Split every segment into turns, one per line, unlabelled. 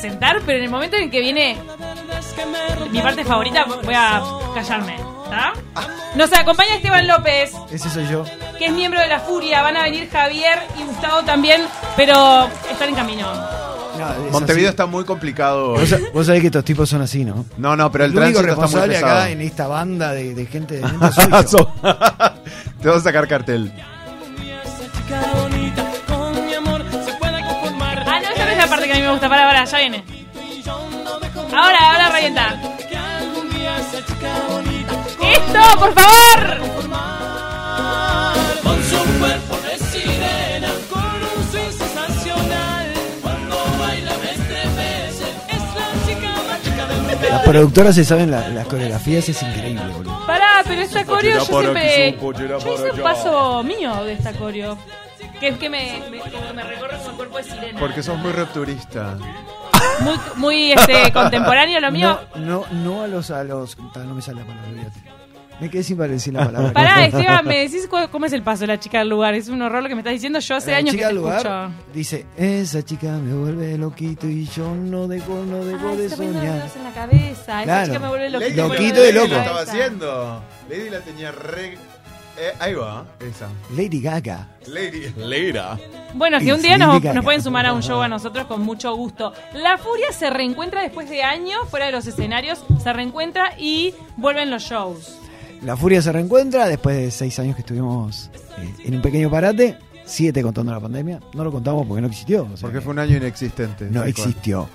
cantar, pero en el momento en que viene mi parte favorita, voy a callarme. ¿tá? Nos acompaña Esteban López,
Ese soy yo.
que es miembro de La Furia. Van a venir Javier y Gustavo también, pero están en camino.
No, es
Montevideo
así.
está muy complicado.
Vos, sa- vos sabés que estos tipos son así, ¿no?
No, no, pero el,
el único
tránsito está muy
responsable
pesado. Ah,
acá en esta banda de, de gente de mente soy yo.
Te vas a sacar cartel.
Ah, no, esa no es la parte que a mí me gusta. Para, para, ya viene. Ahora, ahora revienta. ¡Esto, por favor!
Las productoras se saben la- las coreografías, es increíble, boludo.
Pará, pero esta coreo yo
Pochera para
siempre.
aquí, son pochera
Yo hice
para
un
allá.
paso mío de esta coreo. Que es que me, me, como que me recorre como el cuerpo de sirena.
Porque sos muy rupturista.
Muy, muy este, contemporáneo lo mío.
No, no, no a los. A los ta, no me sale la palabra, olvídate. Me quedé sin decir la palabra.
Pará, Esteban, ¿me decís cu- cómo es el paso de la chica del lugar? Es un horror lo que me estás diciendo. Yo hace
La
años que
chica
te
del lugar
escucho.
Dice, esa chica me vuelve loquito y yo no dejo, no dejo
Ay, se
de
está poniendo
soñar.
dedos en la cabeza. Esa
Claro.
chica me vuelve
Lady
loquito.
Loquito
la-
y
Lady
loco.
la estaba haciendo. Lady la tenía re. eh, ahí va, esa.
Lady Gaga.
Lady. Leira.
Bueno, que un
Sí,
día nos,
diga-
nos pueden sumar a un show a nosotros con mucho gusto. La Furia se reencuentra después de años fuera de los escenarios, se reencuentra y vuelven los shows.
La Furia se reencuentra después de seis años que estuvimos eh, en un pequeño parate, siete contando la pandemia. No lo contamos porque no existió. o sea
Porque
que
fue un año inexistente.
no
tal cual.
existió.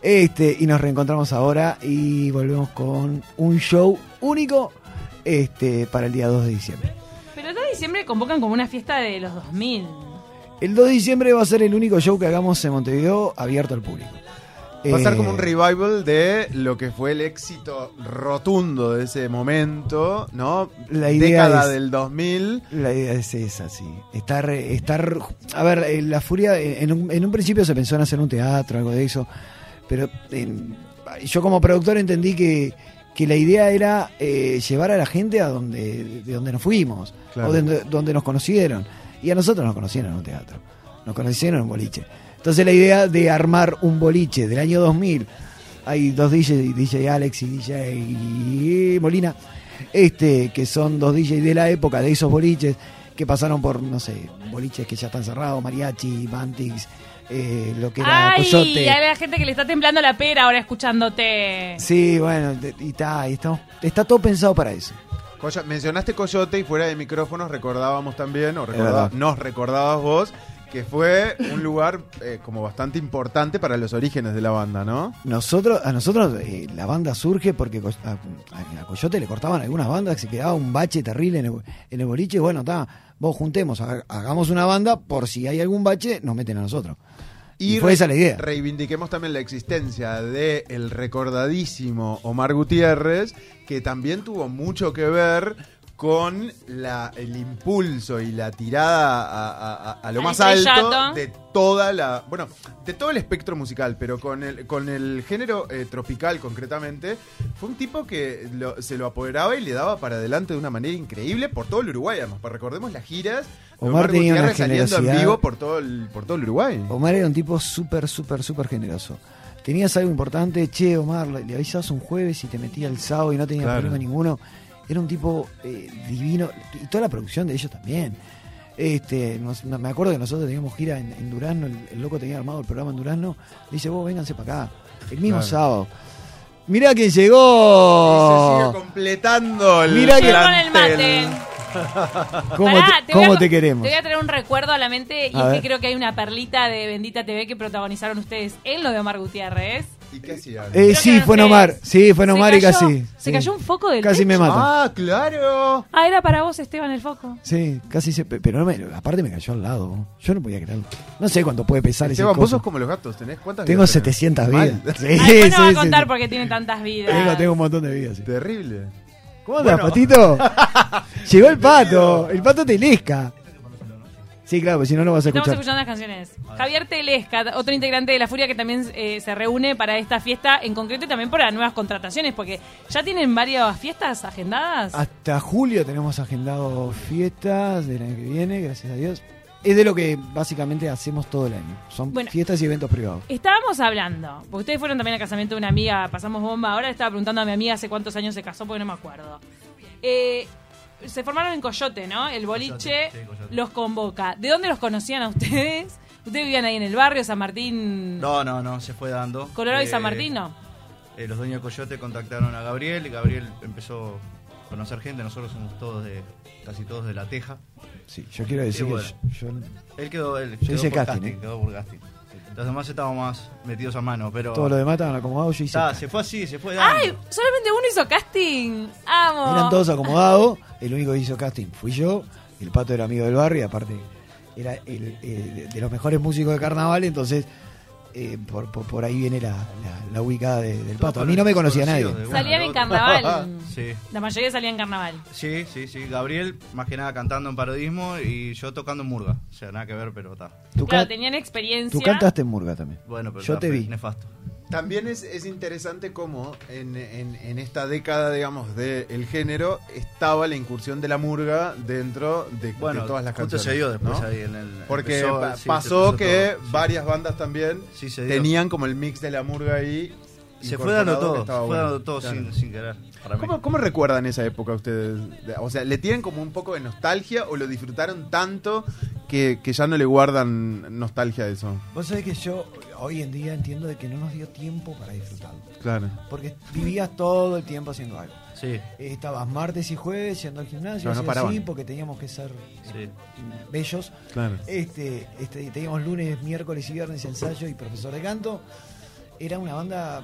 Este, y nos reencontramos ahora y volvemos con un show único este, para el día 2 de diciembre.
Pero el 2 de diciembre convocan como una fiesta de los 2000.
El 2 de diciembre va a ser el único show que hagamos en Montevideo abierto al público.
Va a ser
Eh,
como un revival de lo que fue el éxito rotundo de ese momento, ¿no?
La idea
Década
es-
del 2000.
La idea es esa, sí. Estar, estar, a ver, eh, la furia, eh, en un, en un principio se pensó en hacer un teatro, algo de eso, pero en- yo como productor entendí que, que la idea era eh, llevar a la gente a donde, de donde nos fuimos,
Claro.
o de donde, donde nos conocieron. Y a nosotros nos conocieron en un teatro, nos conocieron en un boliche. Entonces la idea de armar un boliche del año 2000, hay dos DJs, DJ Alex y DJ Molina, este, que son dos DJs de la época de esos boliches que pasaron por, no sé, boliches que ya están cerrados, mariachi, Bantix, eh, lo que era
¡Ay!
Coyote.
A la gente que le está temblando la pera ahora escuchándote.
Sí, bueno, de- y está, y estamos- está todo pensado para eso.
Coyo- mencionaste Coyote y fuera de micrófonos recordábamos también, o recordá-
verdad.
nos recordabas vos, que fue un lugar eh, como bastante importante para los orígenes de la banda, ¿no?
Nosotros, a nosotros eh, la banda surge porque co- a, a- a Coyote le cortaban algunas bandas, se quedaba un bache terrible en el, en el boliche. y Bueno, está, vos juntemos, ha- hagamos una banda, por si hay algún bache, nos meten a nosotros. Y, fue
re-
esa la idea.
Reivindiquemos también la existencia de el recordadísimo Omar Gutiérrez, que también tuvo mucho que ver con la, el impulso y la tirada a, a- a- a lo
Al
más alto
estrellato.
de toda la, bueno, de todo el espectro musical, pero con el con el género eh, tropical concretamente, fue un tipo que lo- se lo apoderaba y le daba para adelante de una manera increíble por todo el Uruguay, además, Pues recordemos las giras, de
Omar tenía una
saliendo en
generosidad.
vivo por todo el, por todo el Uruguay.
Omar era un tipo súper, súper, súper generoso. Tenías algo importante, che, Omar, le, le avisabas un jueves y te metía el sábado y no tenía
Claro.
problema ninguno. Era un tipo eh, divino. Y toda la producción de ellos también. Este, nos- no- me acuerdo que nosotros teníamos gira en, en Durazno, el, el loco tenía armado el programa en Durazno. Le dice, vos vénganse para acá. El mismo
Claro.
sábado. Mirá quién
Y se
llegó.
sigue completando el
Mira Oh. que-
Yo con el
plantel.
mate.
¿Cómo,
Pará,
te,
voy a
cómo
co-
te queremos?
Te voy a traer un recuerdo a la mente y
A
es
ver.
que creo que hay una perlita de Bendita TV que protagonizaron ustedes en lo de Omar Gutiérrez.
¿Y qué hacía?
Eh,
que
sí,
eran
fue Omar.
ustedes.
Sí, fue
Se
Omar y
cayó-
casi.
se
sí.
cayó un foco del
Casi me
techo.
mata.
ah, claro.
Ah, era para vos, Esteban, el foco.
Sí, casi se. pe- Pero no me- aparte me cayó al lado. Yo no podía creerlo. No sé cuánto puede pesar ese
Esteban, vos sos
coso.
como los gatos, ¿tenés cuántas
Tengo
vidas tenés?
700
Mal.
vidas. Sí,
Ay,
sí,
no va a
sí,
contar
sí.
porque tiene tantas vidas.
Tengo, Eh, tengo un montón de vidas. sí.
Terrible.
¿Cómo andas,
Bueno.
patito? Llegó el pato. El pato telesca. Sí, claro, porque si no, no vas a
Estamos escuchando
escuchar.
las canciones. Javier Telesca, otro integrante de La Furia que también eh, se reúne para esta fiesta, en concreto y también para nuevas contrataciones, porque ya tienen varias fiestas
Ah,
agendadas.
Hasta julio tenemos agendado fiestas del año que viene, gracias a Dios. es de lo que básicamente hacemos todo el año. Son
Bueno.
fiestas y eventos privados.
Estábamos hablando, porque ustedes fueron también al casamiento de una amiga, pasamos bomba, ahora estaba preguntando a mi amiga hace cuántos años se casó, porque no me acuerdo. Eh, se formaron en Coyote, ¿no? El boliche
Coyote, sí, Coyote.
los convoca. ¿De dónde los conocían a ustedes? ¿Ustedes vivían ahí en el barrio, San Martín,
No, no, no, se fue dando.
Colorado y
Eh,
San Martín? No.
eh, los dueños de Coyote contactaron a Gabriel, y Gabriel empezó a conocer gente, nosotros somos todos de, casi todos de La Teja.
Sí, yo quiero decir
bueno.
que yo, yo-
Él quedó, él
Yo
quedó
hice
por
casting, ¿eh?
quedó por casting. Los demás estábamos más metidos a mano, pero...
todo lo demás estaban acomodados, yo hice.
Está, se fue así, se fue dando.
¡Ay! Solamente uno hizo casting. amo.
Eran todos acomodados, el único que hizo casting fui yo, el pato era amigo del barrio, y aparte era el, eh, de los mejores músicos de carnaval, entonces eh, por, por- por ahí viene la, la- la ubicada de- del pato. A mí no me conocía nadie.
Conocidos de uno
Salían
al
en
otro.
carnaval.
Sí.
La mayoría salían en carnaval.
Sí, sí, sí. Gabriel, más que nada cantando en parodismo y yo tocando en murga. O sea, nada que ver, pero está.
Tú,
claro,
can-
tenían experiencia.
tú cantaste en Murga también.
Bueno, pero
yo
ta,
te
fue
vi.
Nefasto.
También es, es interesante cómo en, en- en esta década, digamos, del género, estaba la incursión de la murga dentro de, de
Bueno,
todas las
justo
canciones.
se dio después
¿no?
ahí en el.
Porque
empezó-
pa-
sí, se
pasó
empezó
que
todo. Sí.
varias bandas también
Sí, se dio.
tenían como el mix de la murga ahí.
Se fue dando
incorporado,
todo,
que
se
estaba
fue
bueno.
dando todo
Claro.
sin, sin querer. Para mí.
¿Cómo, cómo recuerdan esa época ustedes? De- O sea, ¿le tienen como un poco de nostalgia o lo disfrutaron tanto que, que ya no le guardan nostalgia a eso?
Vos sabés que yo hoy en día entiendo de que no nos dio tiempo para disfrutarlo,
Claro.
porque vivías todo el tiempo haciendo algo.
Sí,
Eh, Estabas martes y jueves yendo al gimnasio,
No, no
hacías
paraban.
así, porque teníamos que ser eh,
sí.
bellos.
Claro.
Este, este, teníamos lunes, miércoles y viernes ensayo y profesor de canto. Era una banda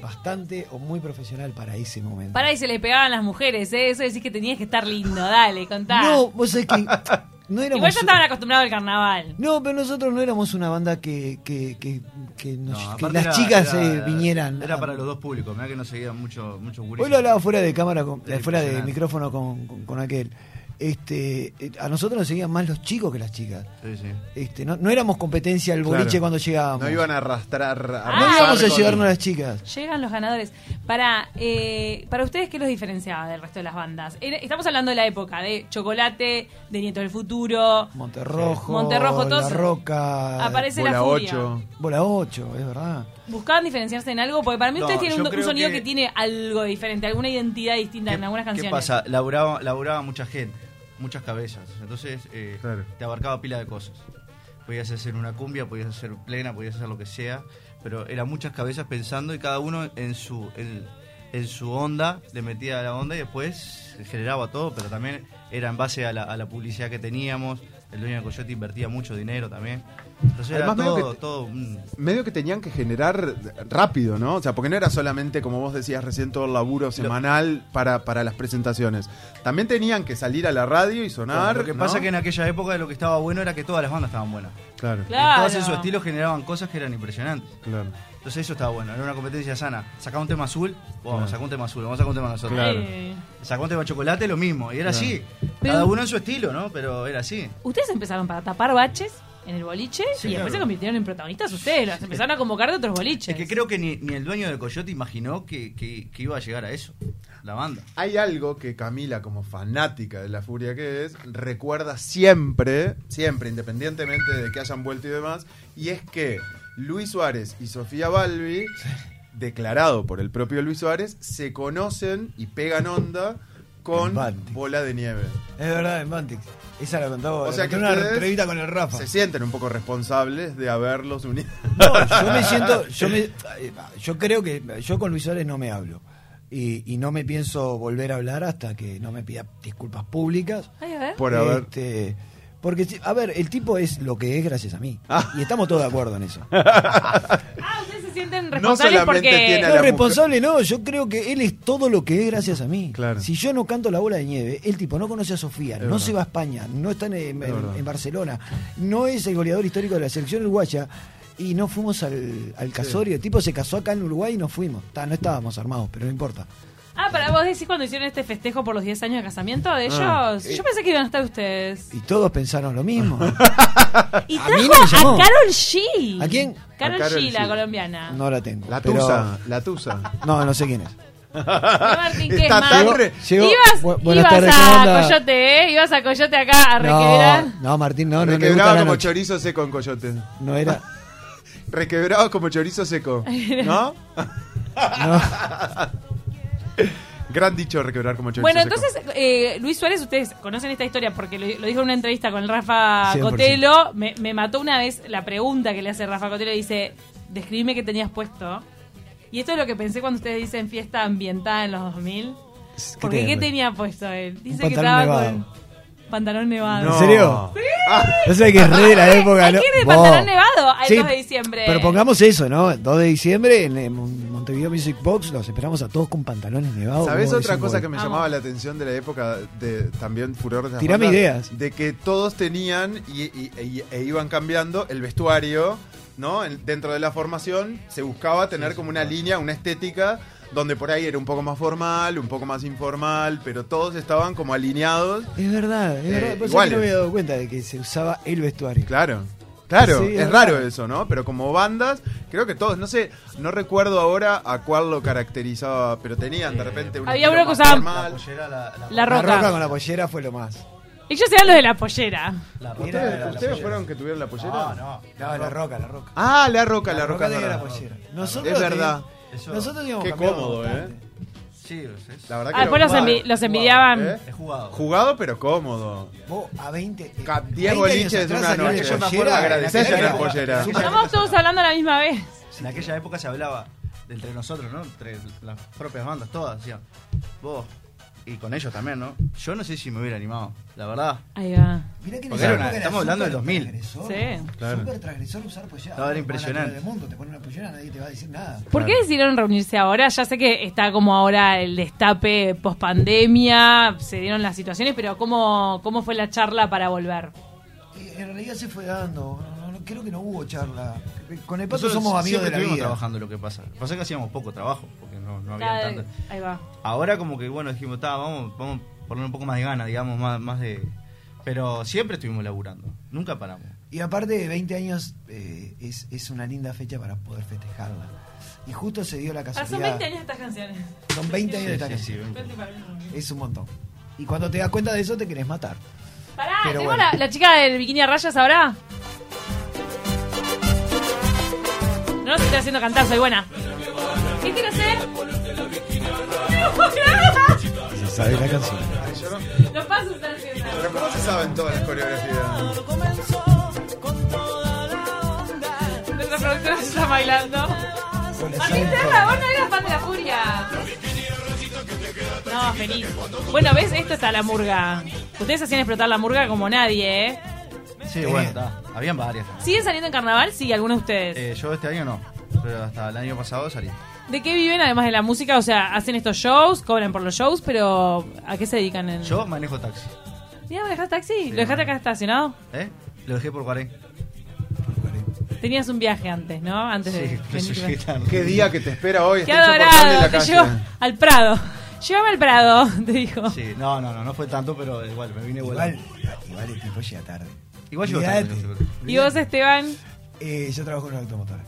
bastante o muy profesional para ese momento.
Para ahí se les pegaban las mujeres, ¿eh? Eso decís que tenías que estar lindo, dale, contá.
no, vos sabés que no éramos.
Igual ya estaban acostumbrados al carnaval.
No, pero nosotros no éramos una banda que, que, que- que nos- que
aparte
las
era-
chicas
era-
eh, vinieran.
ah.
Era
a-
para los dos públicos, mirá que no seguían muchos mucho
Hoy lo hablaba fuera de cámara, con-
Era
eh, fuera de
impresionante.
micrófono con, con- con aquel. Este, eh, a nosotros nos seguían más los chicos que las chicas.
Sí, sí.
Este, no, no éramos competencia al boliche
Claro.
cuando llegábamos.
No iban a arrastrar.
No
Ah,
arrasar
íbamos a
con-
llevarnos las chicas.
Llegan los ganadores. Para, eh, para ustedes, ¿qué los diferenciaba del resto de las bandas? Era- Estamos hablando de la época de Chocolate, de Nieto del Futuro.
Monterrojo,
Monterrojo,
La
todos-
Ah,
Roca,
Aparece- Esa es la
Bola
furia.
8.
Bola 8, es verdad.
¿Buscaban diferenciarse en algo? Porque para mí
No,
ustedes tienen
yo
un, un
creo
sonido que...
que-
tiene algo diferente, alguna identidad distinta en algunas canciones.
¿Qué pasa? Laburaba, laburaba mucha gente, muchas cabezas. Entonces eh,
Claro.
te abarcaba pila de cosas. Podías hacer una cumbia, podías hacer plena, podías hacer lo que sea, pero eran muchas cabezas pensando y cada uno en su en, en su onda le metía la onda y después generaba todo, pero también era en base a la, a la publicidad que teníamos. El dueño de Coyote invertía mucho dinero también. Entonces
Además,
era
medio
todo,
que-
todo un-
Medio que tenían que generar rápido, ¿no? O sea, porque no era solamente, como vos decías recién, todo el laburo semanal para, para las presentaciones. También tenían que salir a la radio y sonar.
Lo que
¿no?
pasa que en aquella época lo que estaba bueno era que todas las bandas estaban buenas.
Claro,
Claro.
Todas en su estilo generaban cosas que eran impresionantes.
claro.
Entonces eso estaba bueno, era una competencia sana. Sacá un tema azul, vamos,
Claro.
sacá un tema azul, vamos a sacar un tema nosotros.
Claro.
Eh,
Sacá un tema chocolate, lo mismo. Y era
Claro.
así.
Pero-
Cada uno en su estilo, ¿no? Pero era así.
Ustedes empezaron para tapar baches en el boliche
Sí,
y después
claro.
se convirtieron en protagonistas ustedes. Los empezaron a convocar de otros boliches.
Es que creo que ni, ni el dueño de Coyote imaginó que, que- que iba a llegar a eso, la banda.
Hay algo que Camila, como fanática de la furia que es, recuerda siempre, siempre, independientemente de que hayan vuelto y demás, y es que Luis Suárez y Sofía Balbi, declarado por el propio Luis Suárez, se conocen y pegan onda con
En Baltic.
Bola de Nieve.
Es verdad, en Mantix. Esa la contaba.
O
la
sea
conté
que
en una
ustedes
entrevista con el Rafa.
Se sienten un poco responsables de haberlos unido.
No, yo me siento, yo me, yo creo que yo con Luis Suárez no me hablo y, y no me pienso volver a hablar hasta que no me pida disculpas públicas.
Ay, a ver.
Pues,
Por haber-
Este, porque si- a ver, el tipo es lo que es gracias a mí
Ah.
y estamos todos de acuerdo en eso.
Ah, ustedes se sienten
No
responsables
solamente
porque.
tiene a la
No,
mujer.
responsable no, yo creo que él es todo lo que es gracias a mí.
Claro.
Si yo no canto la bola de nieve, el tipo no conoce a Sofía, no
verdad.
se va a España, no está en, en-
Es verdad.
en Barcelona, no es el goleador histórico de la selección uruguaya y no fuimos al, al casorio. El tipo se casó acá en Uruguay y no fuimos. Ta, no estábamos armados, pero no importa.
Ah, para vos decís cuando hicieron este festejo por los 10 años de casamiento de ellos.
Ah,
Eh.
Yo pensé que iban a estar ustedes.
Y todos pensaron lo mismo.
Y
Ah, a
trajo
mí no me
a
llamó.
Carol G.
¿A quién?
Carol
A Carol
G, la
G.
colombiana.
No la tengo.
La
pero-
tusa, la tusa.
No, no sé quién es.
Martín, ¿qué es
Está tan
más?
re-
Llegó-
ibas
Bu- buenas
ibas
tardes, ¿cómo
a
anda?
Coyote, ¿eh? Ibas a Coyote acá a requebrar.
No, no, Martín, no, no le gusta
Requebrado
la
como
noche.
chorizo seco en Coyote.
No era.
Requebrado como chorizo seco. ¿No?
No.
Gran dicho requebrar como chorizo
Bueno,
seco.
entonces, eh, Luis Suárez, ustedes conocen esta historia porque lo, lo dijo en una entrevista con Rafa
100%.
Cotelo. Me, me mató una vez la pregunta que le hace Rafa Cotelo. Dice, describime qué tenías puesto. Y esto es lo que pensé cuando ustedes dicen fiesta ambientada en los 2000. Porque ¿qué tenía puesto él? Dice que
pantalón
estaba
nevado.
con pantalón nevado.
¿En serio? No sé que es re de la época,
Hay
¿no?
que ir de
Vos.
pantalón nevado al
Sí,
2 de diciembre.
Pero pongamos eso, ¿no? El 2 de diciembre en eh, Mon- Montevideo Music Box los esperamos a todos con pantalones nevados.
¿Sabes
como
otra
dicen,
cosa que
bueno.
me
Vamos.
llamaba la atención de la época de también furor de las
Tirame
bandas?
ideas.
De que todos tenían y, y- y- e iban cambiando el vestuario, ¿no? En- dentro de la formación se buscaba tener como una línea, una estética, donde por ahí era un poco más formal, un poco más informal, pero todos estaban como alineados.
Es verdad, es
Eh,
verdad. Vos sabés que
iguales.
no me había dado cuenta de que se usaba el vestuario.
Claro. Claro,
Sí,
es
es
raro
verdad.
eso, ¿no? Pero como bandas, creo que todos, no sé, no recuerdo ahora a cuál lo caracterizaba, pero tenían de repente un
Había
estilo
uno que
más
usaba-
La
formal.
pollera, la, la-
La
La
roca.
roca. con la pollera fue lo más.
Ellos eran los de la pollera.
la roca
Mira,
era la
¿Ustedes, ustedes
pollera.
fueron que tuvieron la pollera?
No, no.
No, la roca, la roca.
Ah, la roca, la, roca.
tenía
dorada.
la pollera. Nosotros
Es verdad.
Eso-
Nosotros íbamos
Qué
cambiando
cómodo, ¿eh?
bastante.
Sí, es, es-
La verdad que
Ah, después
era
los,
jugado,
envi- los envidiaban.
¿eh?
he jugado.
Jugado pero cómodo.
Vos a 20. eh,
Ca- 10
20 años
boliches en
atrás
una
salía
noche.
de
Yo me
pollera,
acuerdo, agradecés
en aquella
en la
época.
pollera.
Súper-
Estamos todos hablando a la misma vez.
En aquella época se hablaba de entre nosotros, ¿no? Entre las propias bandas, todas decían, vos, y con ellos también, ¿no? Yo no sé si me hubiera animado, la verdad.
Ahí va.
Mirá que en
Porque
esa
era
época
una- estamos hablando del 2000.
transgresor.
Sí.
Claro.
Súper transgresor usar pues, pollera.
No, era
Ahora
impresionante.
van a todo el mundo, te ponen una pollera, nadie te va a decir nada.
¿Por qué
Claro.
decidieron reunirse ahora? Ya sé que está como ahora el destape post pandemia, se dieron las situaciones, pero ¿cómo, cómo fue la charla para volver?
Y en realidad se fue dando. no, no, no, creo que no hubo charla. Con el pato
Nosotros
somos amigos
siempre
de la
estuvimos
vida.
trabajando lo que pasa. Lo que Pasa es que hacíamos poco trabajo, porque no, no había
Cada-
tanto.
Ahí va.
Ahora como que, bueno, dijimos, "Ta, vamos, vamos a poner un poco más de ganas, digamos, más, más de... Pero siempre estuvimos laburando, nunca paramos.
Y aparte de 20 años, eh, es, es una linda fecha para poder festejarla. Y justo se dio la
Ah,
casualidad.
son 20 años estas canciones.
Son 20 años de
Sí,
esta
sí, sí,
canción.
20.
Es un montón. Y cuando te das cuenta de eso, te querés matar.
Pará,
Pero
¿tenemos
bueno.
la, la chica del bikini a rayas ahora? No nos estoy haciendo cantar, soy buena. ¿Qué quiero hacer?
Se sabe la canción.
Los pasos están haciendo.
Pero ¿cómo se saben todas las coreografías?
Nuestra productora se está bailando. Martín Terra, vos no eras fan de la furia. No, feliz. Bueno, ¿ves? Esto está la murga. Ustedes hacían explotar la murga como nadie, ¿eh?
Sí, bueno, ta, habían varias.
¿Siguen saliendo en carnaval? Sí, algunos de ustedes.
Eh, yo este año no, pero hasta el año pasado salí.
¿De qué viven además de la música? O sea, hacen estos shows, cobran por los shows, pero ¿a qué se dedican? En...
Yo manejo taxi,
Mira, ¿me dejaste taxi? ¿Lo dejaste acá estacionado?
¿eh? Lo dejé por 40.
Tenías un viaje antes, ¿no? Antes de
Sí, pero
venir.
llegué tarde.
Qué día que te espera hoy.
Qué
está insoportable
adorado,
la
te
calle.
llevo al Prado. Llévame al Prado, te dijo.
Sí, no, no, no, no fue tanto, pero igual, me vine
Igual,
igual.
igual el tipo llega tarde.
Igual llegó
Olvidate.
tarde, no se preocupe.
¿Y vos, Esteban?
Eh, yo trabajo en una automotora.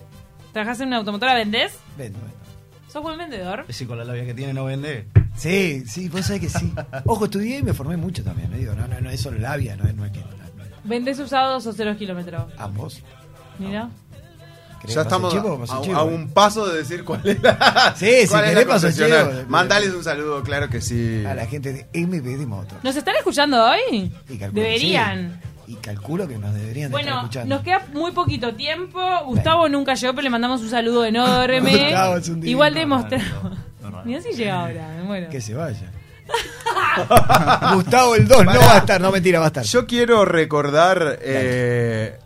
¿Trabajás en una automotora? ¿Vendés?
Vendo, vendo.
¿Sos buen vendedor?
Sí, con la labia que tiene no vende.
Sí, sí, vos sabés que sí. Ojo, estudié y me formé mucho también. ¿no? Digo, no, no, no es solo labia, no es, no es que. no, no, no.
¿Vendés usados o ceros kilómetros?
ambos.
Mira.
¿Querés
Ya
que pase
estamos
el chivo? Pase el
a,
chivo. ¿eh?
a un paso de decir cuál es la.
Sí, si
cuál es
querés
la
paso el
concesionaria.
chivo.
Mandales un saludo, claro que sí.
A la gente de MB de Motor.
¿Nos están escuchando hoy?
Y calculo que
Deberían.
sí. Y calculo que nos deberían de estar
Bueno,
escuchando.
nos queda muy poquito tiempo. Gustavo nunca llegó, pero le mandamos un saludo enorme.
Gustavo es un divino. Ah,
Igual demostró.
No, no, no.
Mira si llega ahora, me muero.
Que se vaya. Gustavo el 2 no va a estar, no mentira, va a estar.
Yo quiero recordar eh,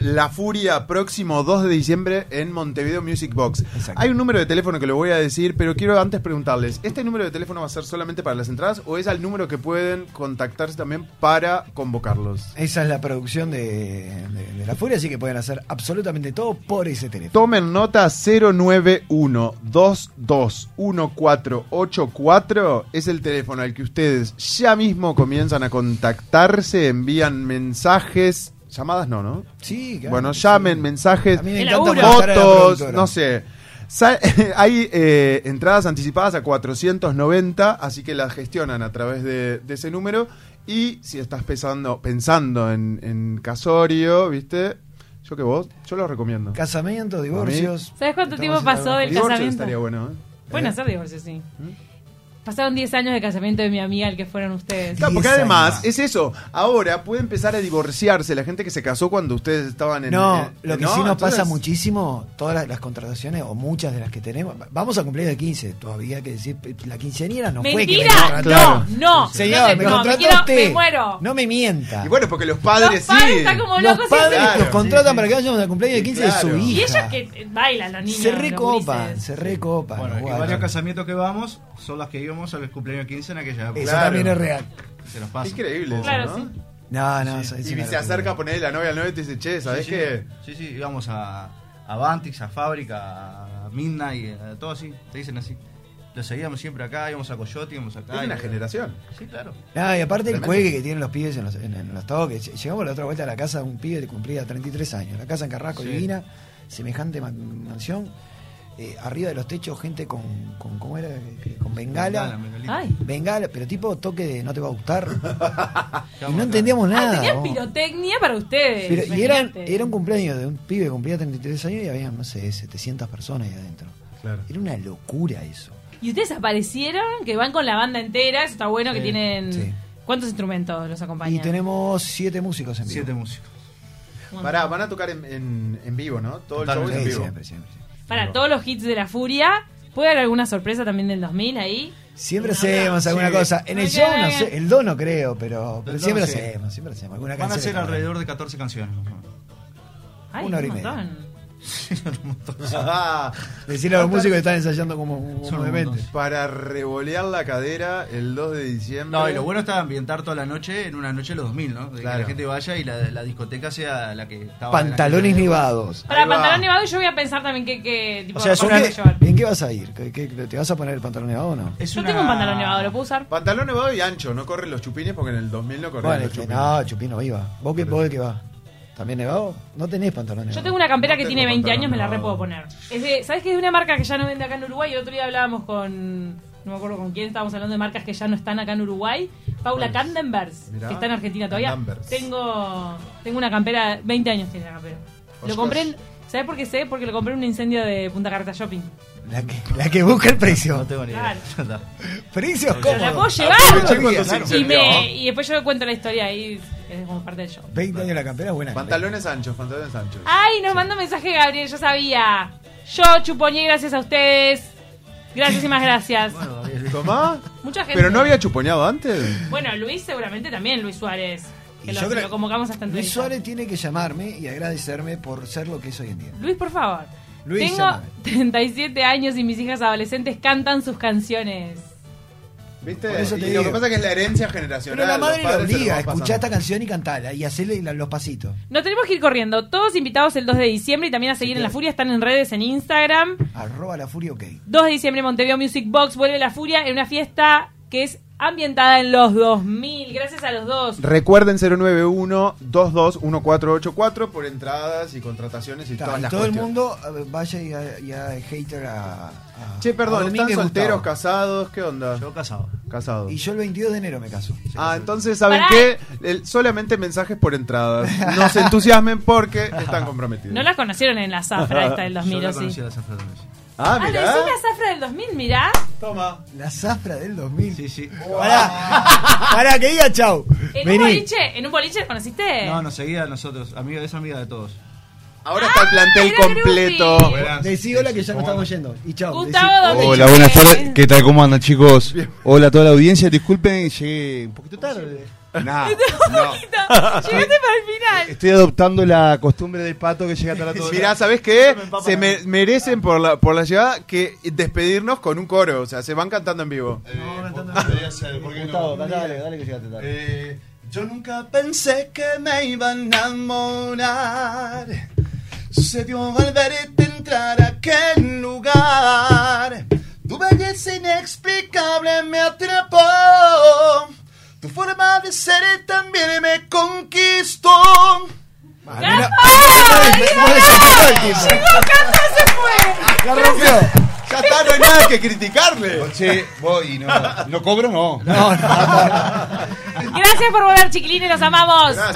La Furia próximo 2 de diciembre en Montevideo Music Box.
Exacto.
Hay un número de teléfono que lo voy a decir, pero quiero antes preguntarles, ¿este número de teléfono va a ser solamente para las entradas o es al número que pueden contactarse también para convocarlos?
Esa es la producción de, de- de La Furia, así que pueden hacer absolutamente todo por ese teléfono.
Tomen nota 091-221484 es el teléfono al que ustedes ya mismo comienzan a contactarse, envían mensajes, llamadas no, ¿no?
Sí, claro.
Bueno, llamen,
Sí.
mensajes,
A mí me
El
encanta
laburo.
molestar a la
fotos,
productora.
no sé. Sa- Hay eh, entradas anticipadas a 490, así que las gestionan a través de, de ese número. Y si estás pensando, pensando en, en casorio, ¿viste? Yo que vos, yo lo recomiendo.
Casamientos, divorcios.
¿Sabes cuánto
Estamos
tiempo pasó
haciendo
del
algo.
Divorcio
casamiento?
estaría bueno. ¿eh?
Pueden hacer divorcio, sí.
¿Mm?
Pasaron 10 años de casamiento de mi amiga al que fueron ustedes.
Claro, porque
Diez
además
años.
es eso. Ahora puede empezar a divorciarse la gente que se casó cuando ustedes estaban en.
No,
eh,
lo que
¿no?
sí nos
Entonces,
pasa muchísimo, todas las, las contrataciones o muchas de las que tenemos, vamos a cumplir de 15, todavía hay que decir, eh, la quinceañera no fue que me
¡Mentira!
contrató.
Claro.
No, no.
Señor, me
no,
contrató
quiero-
usted.
me muero.
No me mienta.
Y bueno, porque los
Los
padres
padres
sí.
están como
Los
locos y
padres
Claro,
los contratan
sí, sí.
para que vayan al cumpleaños de
Sí,
15 de
claro.
su hija.
Y ellos que eh, bailan, los niños.
se
los
recopan,
gurises.
se recopan.
Bueno,
los
y
guardan.
varios casamientos que vamos son las que íbamos al cumpleaños 15 en aquella época.
Eso
Claro.
también es real.
Se nos pasa.
Increíble. eso,
Claro,
¿no?
sí.
No, no,
Sí.
es
Y
una
se acerca
locura.
a ponerle la novia al novio y te dice, che, ¿sabés
sí,
qué?
Sí, sí, íbamos a, a Bantix, a Fábrica, a Midnight, a todo así, te dicen así. Lo seguíamos siempre acá, íbamos a Coyote, íbamos acá.
Es
y-
una generación.
Sí, claro.
Ah, y aparte el
Tremendo.
cuelgue que tienen los pibes en los, en- en los toques. Llegamos la otra vuelta a la casa de un pibe que cumplía 33 años. La casa en Carrasco,
Sí.
divina, semejante man- mansión. Eh, arriba de los techos, gente con, con ¿cómo era? Que- Con bengala.
bengalita.
Ay.
Bengala, pero tipo toque de no te va a gustar. y
Estábamos
no
acá.
entendíamos
Ah,
nada.
tenían
vos.
pirotecnia para ustedes.
Pero- y eran,
imagínate.
era un cumpleaños de un pibe que cumplía 33 años y había, no sé, 700 personas ahí adentro.
Claro.
Era una locura eso.
Y ustedes aparecieron, que van con la banda entera. Eso está bueno que
Sí,
tienen.
sí.
¿Cuántos instrumentos los acompañan?
Y tenemos siete músicos en vivo.
Siete músicos.
Un montón.
Pará, van a tocar en, en- en vivo, ¿no? Todo el show es en
Sí,
vivo.
siempre, siempre.
Para todos los hits de la furia. ¿Puede haber alguna sorpresa también del 2000 ahí?
Siempre
Una
hacemos
banda.
alguna
Sí.
cosa. En el
Oiga,
show no
oiga.
sé, el do no creo, pero, pero
El do
siempre
sí.
hacemos, siempre hacemos. Alguna
Van a
canción
ser
de-
alrededor de 14 canciones. más o menos.
Ay,
Una hora
un
y media.
montón.
Ah,
Decirle a los músicos que están ensayando como, como
Son un
demente.
montón.
para revolear la cadera el 2 de diciembre.
No, y lo bueno está ambientar toda la noche en una noche de los 2000, ¿no? De
Claro.
Que la gente vaya y la, la discoteca sea la que estaba.
Pantalones
en aquella época.
nevados.
Para
Ahí va.
pantalón nevado, yo voy a pensar también qué, qué tipo
O sea,
de
es
ropa
una-
voy a llevar.
¿en qué vas a ir? ¿Qué- qué- ¿Te vas a poner el pantalón nevado o no?
Es
Yo
una-
tengo un pantalón nevado, ¿lo puedo usar?
Pantalón nevado y ancho, no corren los chupines porque en el 2000 no corren
Bueno,
los
es que
chupines.
no, Chupín no iba. ¿Vos qué, vos qué vas? ¿También nevado? No tenés pantalón nevado.
Yo tengo una campera
No
que
tengo
tiene 20
pantalón
años, me la re
nevado.
puedo poner. Es de, ¿Sabes que es de una marca que ya no vende acá en Uruguay? El otro día hablábamos con. No me acuerdo con quién, estábamos hablando de marcas que ya no están acá en Uruguay. Paula Candenbergs,
Pues, Mirá.
que está en Argentina todavía.
Candenbergs.
Tengo tengo una campera, 20 años tiene la campera. Lo
Ostras.
compré, en- ¿sabes por qué sé? Porque lo compré en un incendio de Punta Carta Shopping.
La que, la que busca el precio.
No tengo ni idea.
Precios
Pero
Pero la puedo
Ah,
cómodos.
Aprovechá cuando
llevar.
se
Y,
incendió.
me, y después yo cuento la historia ahí, es como parte del show.
20 años la campera, buena.
Pantalones anchos, pantalones anchos.
Ay, nos manda un mensaje Gabriel, yo sabía. Yo chupoñé gracias a ustedes. Gracias y más gracias.
Bueno, Gabriel,
¿Tomá?
Mucha gente.
¿Pero no había chuponeado antes?
Bueno, Luis seguramente también, Luis Suárez. Que
Y
lo,
yo creo-
lo convocamos hasta
Luis
entonces.
Suárez tiene que llamarme y agradecerme por ser lo que es hoy en día.
Luis, por favor.
Luis,
Tengo
llámame.
37 años y mis hijas adolescentes cantan sus canciones.
¿Viste?
Por eso te
Y lo
digo.
que pasa es que es la herencia generacional.
Pero la madre
los
la
padres se lo
obliga a
van pasando.
escuchar esta canción y cantarla y hacerle la- los pasitos.
Nos tenemos que ir corriendo. Todos invitados el 2 de diciembre y también a seguir en La Furia. Están en redes, en Instagram.
Arroba la furia, ok.
2 de diciembre, Montevideo Music Box. Vuelve La Furia en una fiesta que es ambientada en los 2000. Gracias a los dos.
Recuerden 091-221484 por entradas y contrataciones y
Está,
todas
y
las
todo el
cuestiones.
mundo a ver, vaya y a, y a hater a, a-
Che,
a
perdón, ¿están
Domínguez
solteros,
Gustavo.
casados? ¿Qué onda?
Yo casado.
Casados.
Y yo el 22 de enero me caso.
Ah, entonces, ¿saben
Pará.
qué? El- solamente mensajes por entradas. No se entusiasmen porque están comprometidos.
No las conocieron en la zafra esta del 2000,
Yo
¿o
la conocí
sí?
a la Zafra Domínguez.
Ah,
Ah, pero
mirá.
es la zafra del 2000, mirá.
Toma.
La zafra del 2000.
Sí, sí.
Pará, pará, que diga chau.
En un
Vení.
boliche, en un boliche, ¿conociste?
No, nos seguía a nosotros. Amiga, es amiga de todos.
Ahora está
Ah,
el plantel
era
completo.
groupie.
Decí hola que ya nos estamos yendo. Y chau.
Gustavo
decí-
Domínguez.
Hola, buenas tardes. ¿Qué tal? ¿Cómo andan, chicos? Hola a toda la audiencia. Disculpen, llegué un poquito tarde. Nah, no.
Llegaste para el final.
Estoy adoptando la costumbre del pato que llega tarde a todo.
Mirá, ¿sabes qué? Se me- merecen por la, por la llegada que despedirnos con un coro. O sea, se van cantando en vivo.
Gustavo, dale, dale, dale que llegaste tarde.
Eh, yo nunca pensé que me iba a enamorar. Sucedió al verte entrar a aquel lugar. Tu belleza inexplicable me atrapó. Tu forma de ser también me conquistó.
Vos desactivó el tipo.
Nunca se fue.
La rompió.
que criticarle.
Che, voy y no, no cobro, no.
Gracias por volar, chiquilines, los amamos.